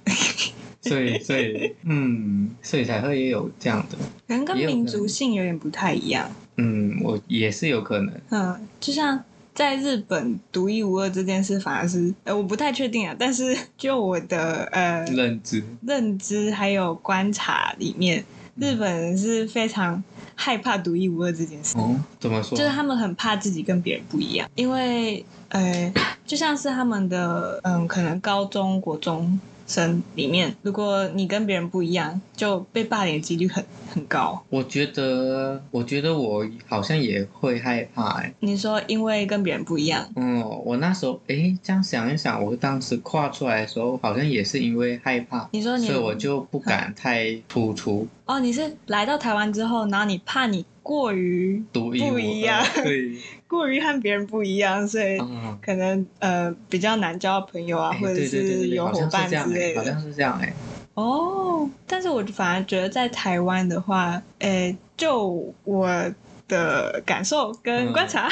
[SPEAKER 2] 所以所以嗯，所以才会有这样的，
[SPEAKER 1] 可能跟
[SPEAKER 2] 也有可
[SPEAKER 1] 民
[SPEAKER 2] 能
[SPEAKER 1] 族性有点不太一样。
[SPEAKER 2] 嗯，我也是有可能，
[SPEAKER 1] 嗯，就像在日本独一无二这件事，反而是呃，我不太确定啊，但是 [LAUGHS] 就我的呃
[SPEAKER 2] 认知，
[SPEAKER 1] 认知还有观察里面，日本人是非常害怕独一无二这件事。
[SPEAKER 2] 哦，怎么说
[SPEAKER 1] 就？是他们很怕自己跟别人不一样，因为呃，就像是他们的嗯，可能高中国中生里面，如果你跟别人不一样，就被霸凌的几率很很高。
[SPEAKER 2] 我觉得，我觉得我好像也会害怕、欸，
[SPEAKER 1] 你说因为跟别人不一样，
[SPEAKER 2] 嗯，我那时候，诶，这样想一想，我当时跨出来的时候，好像也是因为害怕，
[SPEAKER 1] 你说你
[SPEAKER 2] 所以我就不敢太突出，
[SPEAKER 1] 哦，你是来到台湾之后，然后你怕你过于
[SPEAKER 2] 独一无
[SPEAKER 1] 不
[SPEAKER 2] 二
[SPEAKER 1] 一样 [LAUGHS]
[SPEAKER 2] 对，
[SPEAKER 1] 过于和别人不一样，所以
[SPEAKER 2] 嗯，
[SPEAKER 1] 可能呃比较难交朋友啊，
[SPEAKER 2] 诶
[SPEAKER 1] 或者
[SPEAKER 2] 哎对对对对对
[SPEAKER 1] 有
[SPEAKER 2] 好
[SPEAKER 1] 伙
[SPEAKER 2] 像
[SPEAKER 1] 伴
[SPEAKER 2] 是这样
[SPEAKER 1] 之类
[SPEAKER 2] 诶好
[SPEAKER 1] 的。
[SPEAKER 2] 像是这样，哎，
[SPEAKER 1] 哦，但是我反而觉得在台湾的话，诶，就我的感受跟 [LAUGHS]
[SPEAKER 2] 嗯
[SPEAKER 1] 观察，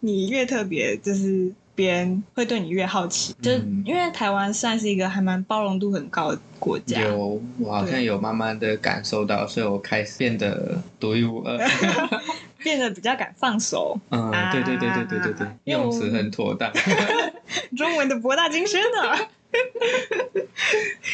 [SPEAKER 1] 你越特别，就是别人会对你越好奇，就是
[SPEAKER 2] 嗯
[SPEAKER 1] 因为台湾算是一个还蛮包容度很高的国家。
[SPEAKER 2] 有，我好像有慢慢的感受到，所以我开始变得独一无
[SPEAKER 1] [LAUGHS]
[SPEAKER 2] 二。
[SPEAKER 1] 变得比较敢放手，
[SPEAKER 2] 嗯，对对对对对对对
[SPEAKER 1] 啊，
[SPEAKER 2] 用词很妥当， [LAUGHS]
[SPEAKER 1] 中文的博大精深啊。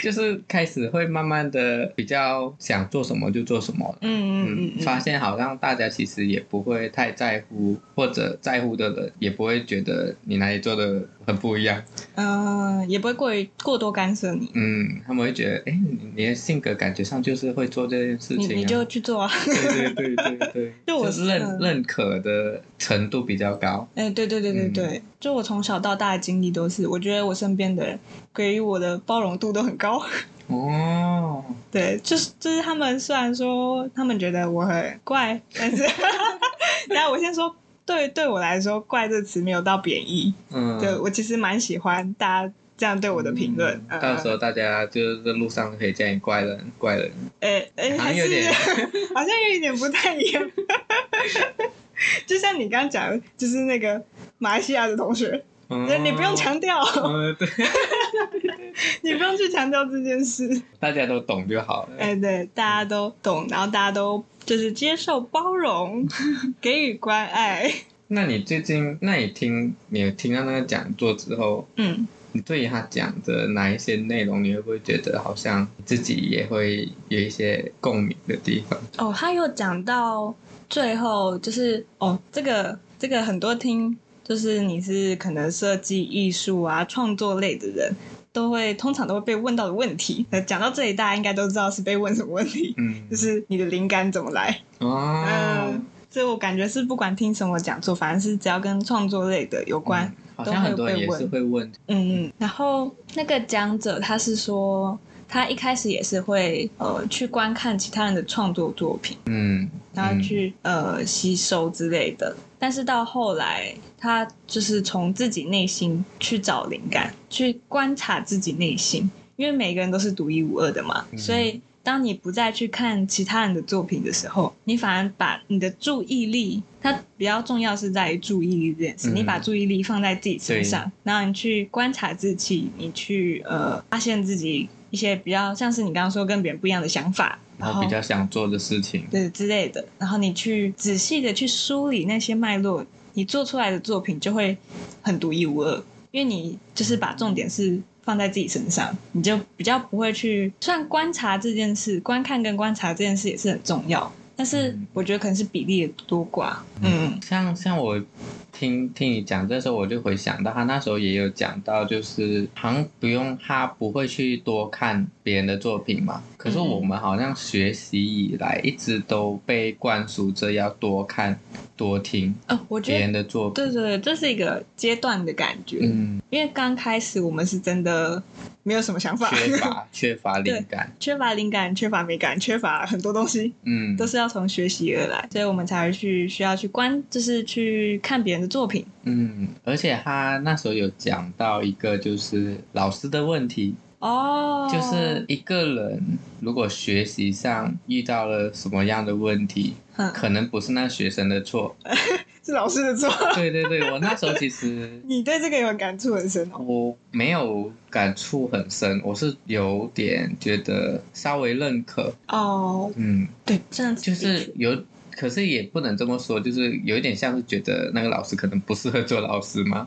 [SPEAKER 2] 就是开始会慢慢的比较想做什么就做什么。
[SPEAKER 1] 嗯嗯嗯嗯，
[SPEAKER 2] 发现好像大家其实也不会太在乎，或者在乎的人也不会觉得你哪里做的很不一样。
[SPEAKER 1] 嗯、也不会过于过多干涉你，
[SPEAKER 2] 嗯，他们会觉得，哎、你你的性格感觉上就是会做这件事
[SPEAKER 1] 你
[SPEAKER 2] 情、啊，
[SPEAKER 1] 你就去做啊。 [LAUGHS]
[SPEAKER 2] 对对对对 [LAUGHS] 对，
[SPEAKER 1] 就我
[SPEAKER 2] 是认
[SPEAKER 1] 嗯
[SPEAKER 2] 认可的程度比较高。
[SPEAKER 1] 哎、对对对对对，
[SPEAKER 2] 嗯
[SPEAKER 1] 就我从小到大的经历都是，我觉得我身边的人给予我的包容度都很高。 [LAUGHS]
[SPEAKER 2] 哦，
[SPEAKER 1] 对，就是就是他们虽然说他们觉得我很怪， [LAUGHS] 但是，然后我先说，对对我来说，“怪”这词没有到贬义，
[SPEAKER 2] 嗯，
[SPEAKER 1] 对我其实蛮喜欢大家这样对我的评论。
[SPEAKER 2] 嗯
[SPEAKER 1] 呃
[SPEAKER 2] 到时候大家就是在路上可以叫你怪人，怪人，
[SPEAKER 1] 哎哎，
[SPEAKER 2] 好像
[SPEAKER 1] 还
[SPEAKER 2] 有
[SPEAKER 1] 是
[SPEAKER 2] 点 [LAUGHS]
[SPEAKER 1] [LAUGHS] 好像有一点不太一样。 [LAUGHS] 就像你刚刚讲的，就是那个马来西亚的同学，
[SPEAKER 2] 嗯
[SPEAKER 1] 你不用。强调， [LAUGHS]
[SPEAKER 2] 嗯，对， [LAUGHS]
[SPEAKER 1] 你不用去强调这件事。
[SPEAKER 2] 大家都懂就好了。
[SPEAKER 1] 哎，对，大家都懂，然后大家都就是接受包 [LAUGHS] 容，给予关爱。
[SPEAKER 2] 那你最近，那你听，你有听到那个讲座之后，
[SPEAKER 1] 嗯，
[SPEAKER 2] 你对于他讲的哪一些内容，你会不会觉得好像自己也会有一些共鸣的地方？
[SPEAKER 1] 哦，他有讲到最后，就是哦，这个这个很多听，就是你是可能设计、艺术啊、创作类的人，都会通常都会被问到的问题。呃，讲到这里，大家应该都知道是被问什么问题， [LAUGHS]
[SPEAKER 2] 嗯，
[SPEAKER 1] 就是你的灵感怎么来。
[SPEAKER 2] 哦，
[SPEAKER 1] 嗯，所以我感觉是不管听什么讲座，反正是只要跟创作类的有关，
[SPEAKER 2] 嗯好像很多人也是会问，
[SPEAKER 1] 嗯，嗯，然后那个讲者他是说，他一开始也是会呃去观看其他人的创作作品，
[SPEAKER 2] 嗯，
[SPEAKER 1] 然后
[SPEAKER 2] 嗯
[SPEAKER 1] 去、呃吸收之类的。但是到后来，他就是从自己内心去找灵感，去观察自己内心，因为每个人都是独一无二的嘛，
[SPEAKER 2] 嗯
[SPEAKER 1] 所以。当你不再去看其他人的作品的时候，你反而把你的注意力，它比较重要是在于注意力这件事。
[SPEAKER 2] 嗯
[SPEAKER 1] 你把注意力放在自己身上，然后你去观察自己，你去呃发现自己一些比较像是你刚刚说跟别人不一样的想法，
[SPEAKER 2] 然嗯后比较想做的事情，
[SPEAKER 1] 对之类的，然后你去仔细的去梳理那些脉络，你做出来的作品就会很独一无二，因为你就是把重点是放在自己身上，你就比较不会去。虽然观察这件事、观看跟观察这件事也是很重要，但是
[SPEAKER 2] 嗯
[SPEAKER 1] 我觉得可能是比例的多寡。嗯
[SPEAKER 2] 像像我听听你讲这时候，我就回想到他那时候也有讲到，就是好像不用他不会去多看别人的作品嘛。可是
[SPEAKER 1] 嗯
[SPEAKER 2] 我们好像学习以来一直都被灌输着要多看多听
[SPEAKER 1] 哦，我
[SPEAKER 2] 别
[SPEAKER 1] 觉
[SPEAKER 2] 人
[SPEAKER 1] 得。
[SPEAKER 2] 的作品。
[SPEAKER 1] 对对对，这是一个阶段的感觉，
[SPEAKER 2] 嗯，
[SPEAKER 1] 因为刚开始我们是真的没有什么想法，
[SPEAKER 2] 缺乏缺乏灵感，
[SPEAKER 1] [LAUGHS] 缺乏灵感、缺乏美感、缺乏很多东西，
[SPEAKER 2] 嗯，
[SPEAKER 1] 都是要从学习而来，所以我们才会去需要去观，就是去看别人的作品。
[SPEAKER 2] 嗯，而且他那时候有讲到一个就是老师的问题，
[SPEAKER 1] 哦
[SPEAKER 2] 就是一个人如果学习上遇到了什么样的问题，
[SPEAKER 1] 嗯，
[SPEAKER 2] 可能不是那学生的
[SPEAKER 1] [LAUGHS]
[SPEAKER 2] 错。
[SPEAKER 1] 是老师的错。
[SPEAKER 2] 对对对，我那时候其实
[SPEAKER 1] [LAUGHS] 你对这个有感触很深哦。
[SPEAKER 2] 我没有感触很深，我是有点觉得稍微认可，
[SPEAKER 1] 哦，
[SPEAKER 2] 嗯，
[SPEAKER 1] 对，这样子
[SPEAKER 2] 就是有。可是也不能这么说，就是有一点像是觉得那个老师可能不适合做老师
[SPEAKER 1] [LAUGHS]
[SPEAKER 2] 嘛，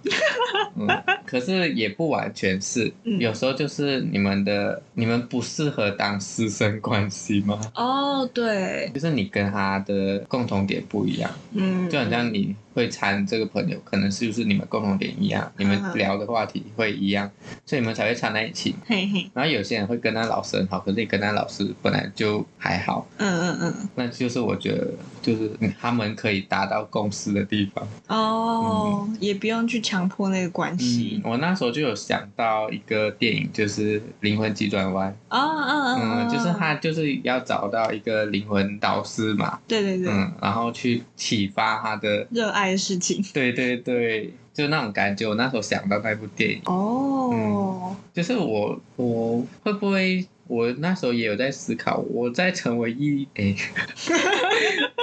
[SPEAKER 2] 嗯，可是也不完全是，
[SPEAKER 1] 嗯
[SPEAKER 2] 有时候就是你们的你们不适合当师生关系吗？
[SPEAKER 1] 哦，对，
[SPEAKER 2] 就是你跟他的共同点不一样，
[SPEAKER 1] 嗯，
[SPEAKER 2] 就好像你会参这个朋友，可能是不是你们共同点一样，你们
[SPEAKER 1] 嗯
[SPEAKER 2] 聊的话题会一样，所以你们才会掺在一起。
[SPEAKER 1] 嘿嘿，
[SPEAKER 2] 然后有些人会跟他老师很好，可是你跟他老师本来就还好，
[SPEAKER 1] 嗯嗯嗯，
[SPEAKER 2] 那就是我觉得就是他们可以达到共识的地方。
[SPEAKER 1] 哦，也不用去强迫那个关
[SPEAKER 2] 嗯
[SPEAKER 1] 系。，
[SPEAKER 2] 我那时候就有想到一个电影，就是《灵魂急转弯》，
[SPEAKER 1] 哦，嗯
[SPEAKER 2] 嗯，
[SPEAKER 1] 嗯，
[SPEAKER 2] 就是，他就是要找到一个灵魂导师嘛，
[SPEAKER 1] 对对对，
[SPEAKER 2] 嗯，然后去启发他的
[SPEAKER 1] 热爱的事情。
[SPEAKER 2] 对对对，就那种感嗯觉。我那时候想到那部电影，
[SPEAKER 1] 哦，
[SPEAKER 2] 就是我我会不会我那时候也有在思考，我在成为异诶， [LAUGHS]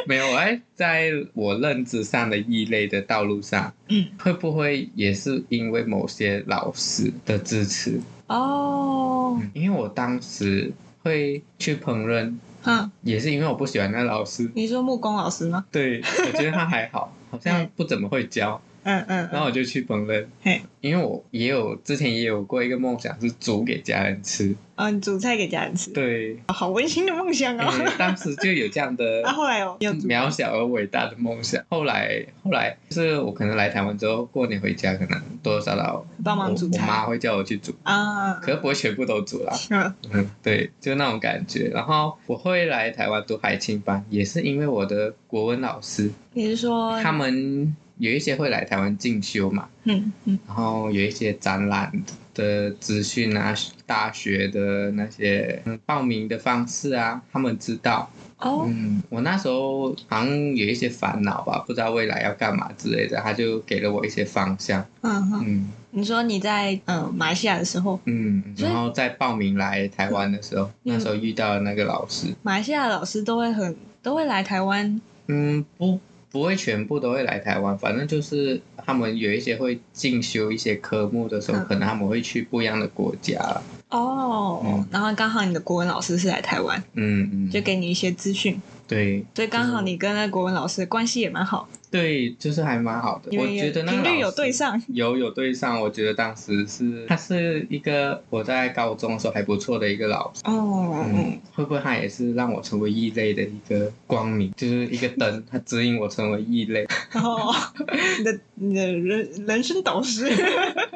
[SPEAKER 2] 没有，我在在我认知上的异类的道路上，
[SPEAKER 1] 嗯，
[SPEAKER 2] 会不会也是因为某些老师的支持？
[SPEAKER 1] 哦，
[SPEAKER 2] 因为我当时会去烹饪，
[SPEAKER 1] 哈，
[SPEAKER 2] 也是因为我不喜欢那老师，
[SPEAKER 1] 你说木工老师吗？
[SPEAKER 2] 对我觉得他还好，好像不怎么会教，
[SPEAKER 1] 嗯嗯，
[SPEAKER 2] 然后我就去烹饪
[SPEAKER 1] 嘿，
[SPEAKER 2] 因为我也有之前也有过一个梦想是煮给家人吃，
[SPEAKER 1] 嗯，你煮菜给家人吃， [LAUGHS]
[SPEAKER 2] 对，
[SPEAKER 1] 好温馨的梦想哦。
[SPEAKER 2] 诶当时就有这样的
[SPEAKER 1] 那后来哦，有煮
[SPEAKER 2] 渺小而伟大的梦想。后来，后来就是我可能来台湾之后，过年回家，可能多多少少
[SPEAKER 1] 帮忙
[SPEAKER 2] 我
[SPEAKER 1] 煮
[SPEAKER 2] 我妈
[SPEAKER 1] 菜
[SPEAKER 2] 会叫我去煮，
[SPEAKER 1] 啊，
[SPEAKER 2] 可是不会全部都煮
[SPEAKER 1] [LAUGHS]
[SPEAKER 2] 啦。
[SPEAKER 1] 嗯
[SPEAKER 2] 嗯，对，就那种感觉。然后我会来台湾读海青班，也是因为我的国文老师，
[SPEAKER 1] 你是说
[SPEAKER 2] 他们有一些会来台湾进修嘛，
[SPEAKER 1] 嗯嗯
[SPEAKER 2] 然后有一些展览的资讯啊，大学的那些嗯报名的方式啊，他们知道。
[SPEAKER 1] 哦
[SPEAKER 2] 嗯，我那时候好像有一些烦恼吧，不知道未来要干嘛之类的，他就给了我一些方向。
[SPEAKER 1] 嗯嗯，
[SPEAKER 2] 嗯
[SPEAKER 1] 你说你在嗯马来西亚的时候，
[SPEAKER 2] 嗯，
[SPEAKER 1] 所以嗯
[SPEAKER 2] 然后在报名来台湾的时候，那时候遇到了那个老师，
[SPEAKER 1] 马来西亚的老师都会很都会来台湾
[SPEAKER 2] 嗯，不不会全部都会来台湾，反正就是他们有一些会进修一些科目的时候，
[SPEAKER 1] 嗯
[SPEAKER 2] 可能他们会去不一样的国家啦。
[SPEAKER 1] 哦
[SPEAKER 2] 嗯，
[SPEAKER 1] 然后刚好你的国文老师是来台湾，
[SPEAKER 2] 嗯嗯，
[SPEAKER 1] 就给你一些资讯，
[SPEAKER 2] 对
[SPEAKER 1] 所以刚好你跟那国文老师的关系也蛮好，
[SPEAKER 2] 对，就是还蛮好的。
[SPEAKER 1] 因
[SPEAKER 2] 我
[SPEAKER 1] 为
[SPEAKER 2] 觉得那个
[SPEAKER 1] 频率
[SPEAKER 2] 老
[SPEAKER 1] 有
[SPEAKER 2] 师
[SPEAKER 1] 对上，
[SPEAKER 2] 有有对上，我觉得当时是他是一个我在高中的时候还不错的一个老师，
[SPEAKER 1] 哦，
[SPEAKER 2] 嗯，会不会他也是让我成为异类的一个光明，就是一个灯，他指引我成为异类。
[SPEAKER 1] 然后 [LAUGHS] 你的你的人人生导师， [LAUGHS]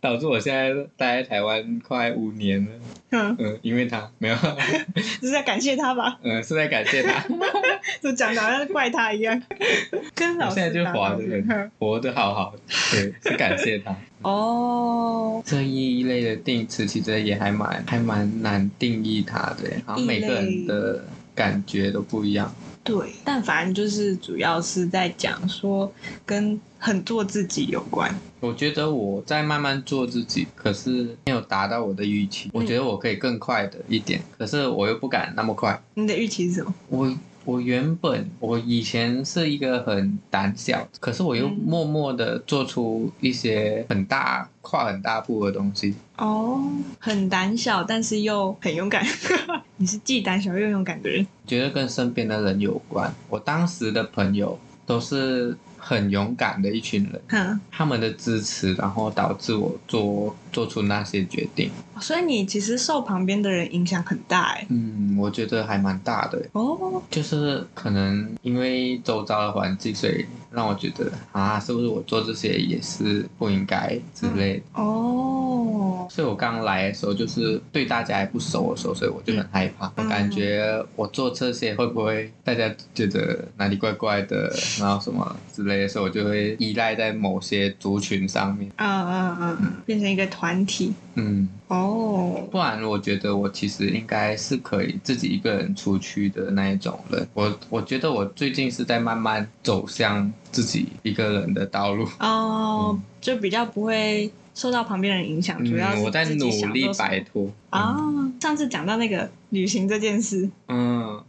[SPEAKER 2] 导致我现在待在台湾快五年了，
[SPEAKER 1] 嗯，
[SPEAKER 2] 嗯，因为他没有，
[SPEAKER 1] 就是在感谢他吧，
[SPEAKER 2] 嗯，是在感谢他，
[SPEAKER 1] 就讲的好像怪他一样，跟 [LAUGHS]
[SPEAKER 2] 我
[SPEAKER 1] 老
[SPEAKER 2] 现
[SPEAKER 1] 师
[SPEAKER 2] 在就
[SPEAKER 1] 打
[SPEAKER 2] 活
[SPEAKER 1] 招呼
[SPEAKER 2] 着
[SPEAKER 1] 嗯，
[SPEAKER 2] 活得好好，对，是感谢他。
[SPEAKER 1] 哦，
[SPEAKER 2] 这一类的定词其实也还蛮还蛮难定义它的耶，好像每个人的感觉都不一样。
[SPEAKER 1] 对，但反正就是主要是在讲说跟很做自己有关，
[SPEAKER 2] 我觉得我在慢慢做自己，可是没有达到我的预期。我觉得我可以更快的一点，可是我又不敢那么快。
[SPEAKER 1] 你的预期是什么？
[SPEAKER 2] 我我原本我以前是一个很胆小，可是我又
[SPEAKER 1] 嗯
[SPEAKER 2] 默默的做出一些很大跨很大步的东西。
[SPEAKER 1] 哦，很胆小，但是又很勇敢。 [LAUGHS] 你是既胆小又勇敢的人。
[SPEAKER 2] 觉得跟身边的人有关。我当时的朋友都是很勇敢的一群人，
[SPEAKER 1] 哼，
[SPEAKER 2] 他们的支持，然后导致我做做出那些决定。
[SPEAKER 1] 所以你其实受旁边的人影响很大哎。
[SPEAKER 2] 嗯，我觉得还蛮大的，
[SPEAKER 1] 哦，
[SPEAKER 2] 就是可能因为周遭的环境，所以让我觉得啊，是不是我做这些也是不应该之类的。
[SPEAKER 1] 哦，
[SPEAKER 2] 所以我刚来的时候，就是对大家还不熟的时候，所以我就很害怕。
[SPEAKER 1] 嗯
[SPEAKER 2] 我感觉我做这些会不会大家觉得哪里怪怪的，然后什么之类的，所以我就会依赖在某些族群上面。
[SPEAKER 1] 嗯嗯嗯嗯，变成一个团体。
[SPEAKER 2] 嗯，
[SPEAKER 1] 哦，
[SPEAKER 2] 不然我觉得我其实应该是可以自己一个人出去的那一种人。我我觉得我最近是在慢慢走向自己一个人的道路。
[SPEAKER 1] 哦
[SPEAKER 2] 嗯，
[SPEAKER 1] 就比较不会受到旁边人影响，主要
[SPEAKER 2] 嗯，
[SPEAKER 1] 是
[SPEAKER 2] 我在
[SPEAKER 1] 自
[SPEAKER 2] 努
[SPEAKER 1] 己想
[SPEAKER 2] 力
[SPEAKER 1] 做什么
[SPEAKER 2] 摆嗯脱。
[SPEAKER 1] 啊、上次讲到那个旅行这件事，
[SPEAKER 2] 嗯，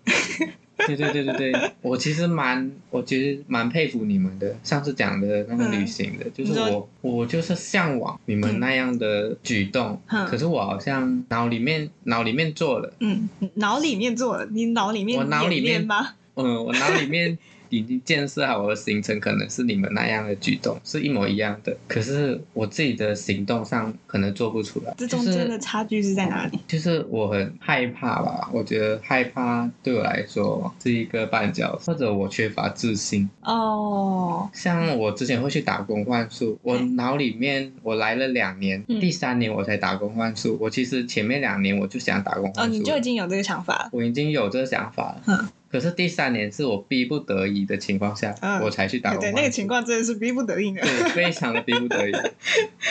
[SPEAKER 2] 对对对对对，我其实蛮，我其实蛮佩服你们的。上次讲的那个旅行的，就是
[SPEAKER 1] 嗯你
[SPEAKER 2] 我
[SPEAKER 1] 说，
[SPEAKER 2] 我就是向往你们那样的举动，
[SPEAKER 1] 嗯
[SPEAKER 2] 可是我好像脑里面脑里面做了，
[SPEAKER 1] 嗯，脑里面做了，你脑里面
[SPEAKER 2] 我脑里
[SPEAKER 1] 演
[SPEAKER 2] 面
[SPEAKER 1] 练吗？
[SPEAKER 2] 嗯，我脑里面已经建设好我的行程，可能是你们那样的举动是一模一样的，可是我自己的行动上可能做不出来，
[SPEAKER 1] 这
[SPEAKER 2] 就
[SPEAKER 1] 中
[SPEAKER 2] 是
[SPEAKER 1] 间的差距是在哪里？
[SPEAKER 2] 就是我很害怕吧，我觉得害怕对我来说是一个绊脚石，或者我缺乏自信。
[SPEAKER 1] 哦，
[SPEAKER 2] 像我之前会去打工换宿，我
[SPEAKER 1] 嗯
[SPEAKER 2] 脑里面我来了两年，
[SPEAKER 1] 嗯
[SPEAKER 2] 第三年我才打工换宿。我其实前面两年我就想打工
[SPEAKER 1] 哦，
[SPEAKER 2] 换宿
[SPEAKER 1] 你
[SPEAKER 2] 了，
[SPEAKER 1] 就已经有这个想法了。
[SPEAKER 2] 我已经有这个想法了。
[SPEAKER 1] 嗯
[SPEAKER 2] 可是第三年是我逼不得已的情况下，
[SPEAKER 1] 嗯
[SPEAKER 2] 啊我才去打工
[SPEAKER 1] 对，
[SPEAKER 2] 换宿。
[SPEAKER 1] 那个情况真的是逼不得已的。
[SPEAKER 2] 对，非常的逼
[SPEAKER 1] [LAUGHS]
[SPEAKER 2] 不得已。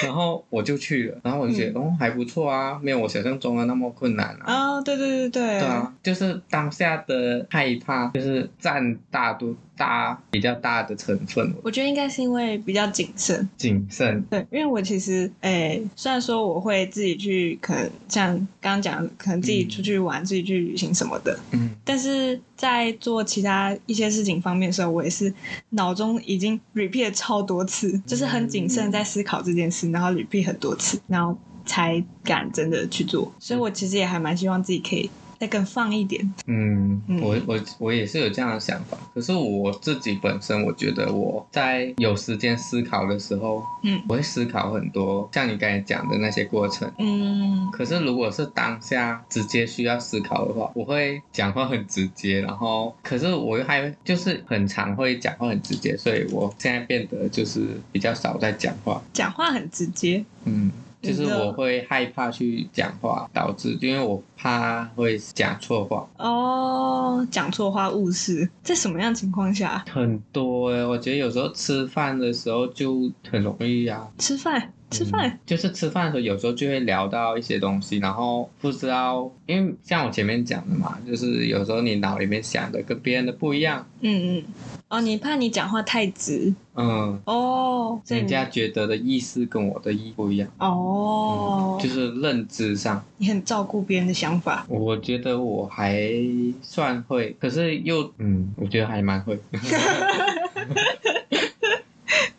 [SPEAKER 2] 然后我就去了，然后我就觉
[SPEAKER 1] 嗯
[SPEAKER 2] 得、哦还不错啊，没有我想象中的那么困难啊。
[SPEAKER 1] 哦啊、对对对对对
[SPEAKER 2] 对啊，就是当下的害怕，就是占大多大比较大的成分，
[SPEAKER 1] 我觉得应该是因为比较谨慎，
[SPEAKER 2] 谨慎。
[SPEAKER 1] 对，因为我其实诶、虽然说我会自己去，可能像刚刚讲的，可能自己出去玩、自己去旅行什么的，
[SPEAKER 2] 嗯，
[SPEAKER 1] 但是在做其他一些事情方面的时候，我也是脑中已经 repeat 了超多次，就是很谨
[SPEAKER 2] 嗯
[SPEAKER 1] 慎在思考这件事，然后 repeat 很多次，然后才敢真的去做。所以我其实也还蛮希望自己可以再更放一点。
[SPEAKER 2] 嗯
[SPEAKER 1] 嗯，
[SPEAKER 2] 我我我也是有这样的想法，可是我自己本身，我觉得我在有时间思考的时候，
[SPEAKER 1] 嗯
[SPEAKER 2] 我会思考很多，像你刚才讲的那些过程。
[SPEAKER 1] 嗯
[SPEAKER 2] 可是如果是当下直接需要思考的话，我会讲话很直接，然后可是我又还就是很常会讲话很直接，所以我现在变得就是比较少在讲话，
[SPEAKER 1] 讲话很直接，
[SPEAKER 2] 嗯。就是
[SPEAKER 1] 你的
[SPEAKER 2] 我会害怕去讲话，导致因为我怕会讲错话，
[SPEAKER 1] 哦，讲错话误事，在什么样情况下
[SPEAKER 2] 很多哎、我觉得有时候吃饭的时候就很容易啊。
[SPEAKER 1] 吃饭？吃
[SPEAKER 2] 嗯
[SPEAKER 1] 饭，
[SPEAKER 2] 就是吃饭的时候，有时候就会聊到一些东西，然后不知道，因为像我前面讲的嘛，就是有时候你脑里面想的跟别人的不一样，
[SPEAKER 1] 嗯嗯，哦，你怕你讲话太直
[SPEAKER 2] 嗯，
[SPEAKER 1] 哦，所以
[SPEAKER 2] 人
[SPEAKER 1] 你
[SPEAKER 2] 家觉得的意思跟我的意不一样，
[SPEAKER 1] 哦，
[SPEAKER 2] 嗯就是认知上，
[SPEAKER 1] 你很照顾别人的想法，
[SPEAKER 2] 我觉得我还算会，可是又嗯，我觉得还蛮会，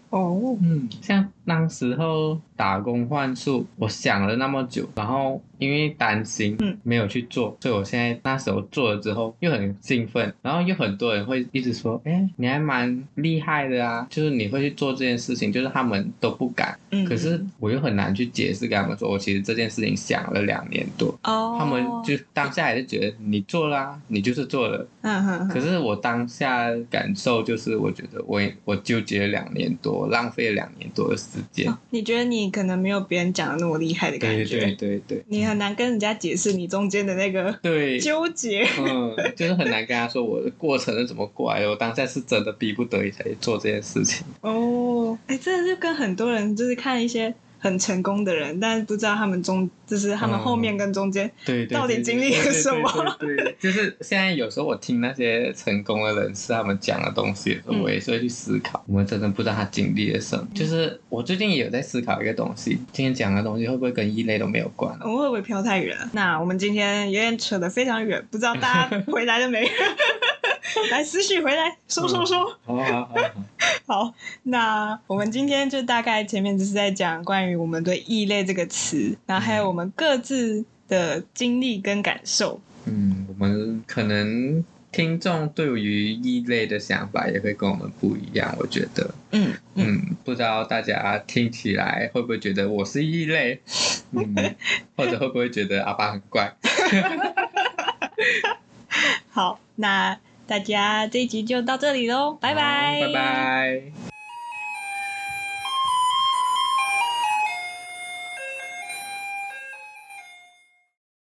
[SPEAKER 1] 哦，
[SPEAKER 2] 嗯，像当时候打工换宿，我想了那么久，然后因为担心，
[SPEAKER 1] 嗯，
[SPEAKER 2] 没有去做，所以我现在那时候做了之后又很兴奋，然后有很多人会一直说，哎，你还蛮厉害的啊，就是你会去做这件事情，就是他们都不敢，
[SPEAKER 1] 嗯，
[SPEAKER 2] 可是我又很难去解释给他们说，我其实这件事情想了两年多，
[SPEAKER 1] 哦，
[SPEAKER 2] 他们就当下还是觉得你做啦、你就是做了，
[SPEAKER 1] 嗯哼
[SPEAKER 2] 可
[SPEAKER 1] 哼，
[SPEAKER 2] 是我当下感受就是，我觉得我也我纠结了两年多，浪费了两年多的时
[SPEAKER 1] 哦
[SPEAKER 2] 间。
[SPEAKER 1] 你觉得你可能没有别人讲的那么厉害的感
[SPEAKER 2] 对
[SPEAKER 1] 觉，
[SPEAKER 2] 对对对
[SPEAKER 1] 你很难跟人家解释你中间的那个
[SPEAKER 2] 对，
[SPEAKER 1] 纠结，
[SPEAKER 2] 嗯，就是很难跟他说我的过程是怎么过来的。我当下是真的逼不得已才去做这件事情。 [LAUGHS]
[SPEAKER 1] 哦，哎，真的是跟很多人就是看一些很成功的人，但是不知道他们中就是他们
[SPEAKER 2] 嗯
[SPEAKER 1] 后面跟中间，
[SPEAKER 2] 对对，
[SPEAKER 1] 到底
[SPEAKER 2] 对
[SPEAKER 1] 经历了什么？
[SPEAKER 2] 对对对对对，就是现在有时候我听那些成功的人士他们讲的东西的时候，
[SPEAKER 1] 嗯
[SPEAKER 2] 我也是会去思考，我们真的不知道他经历了什么。就是我最近也有在思考一个东西，今天讲的东西会不会跟异类都没有关？啊
[SPEAKER 1] 我们会不会飘太远了？那我们今天有点扯得非常远，不知道大家回来了没？ [LAUGHS] 来，思绪回来，说说说。
[SPEAKER 2] 哦好好好好。
[SPEAKER 1] 好，那我们今天就大概前面就是在讲关于我们对“异类”这个词，然后还有我们各自的经历跟感受。
[SPEAKER 2] 嗯，我们可能听众对于异类的想法也会跟我们不一样，我觉得，
[SPEAKER 1] 嗯嗯，
[SPEAKER 2] 嗯，不知道大家听起来会不会觉得我是异类，嗯，
[SPEAKER 1] [LAUGHS]
[SPEAKER 2] 或者会不会觉得阿爸很怪？
[SPEAKER 1] 好，那大家这一集就到这里喽，拜拜，
[SPEAKER 2] 好拜拜。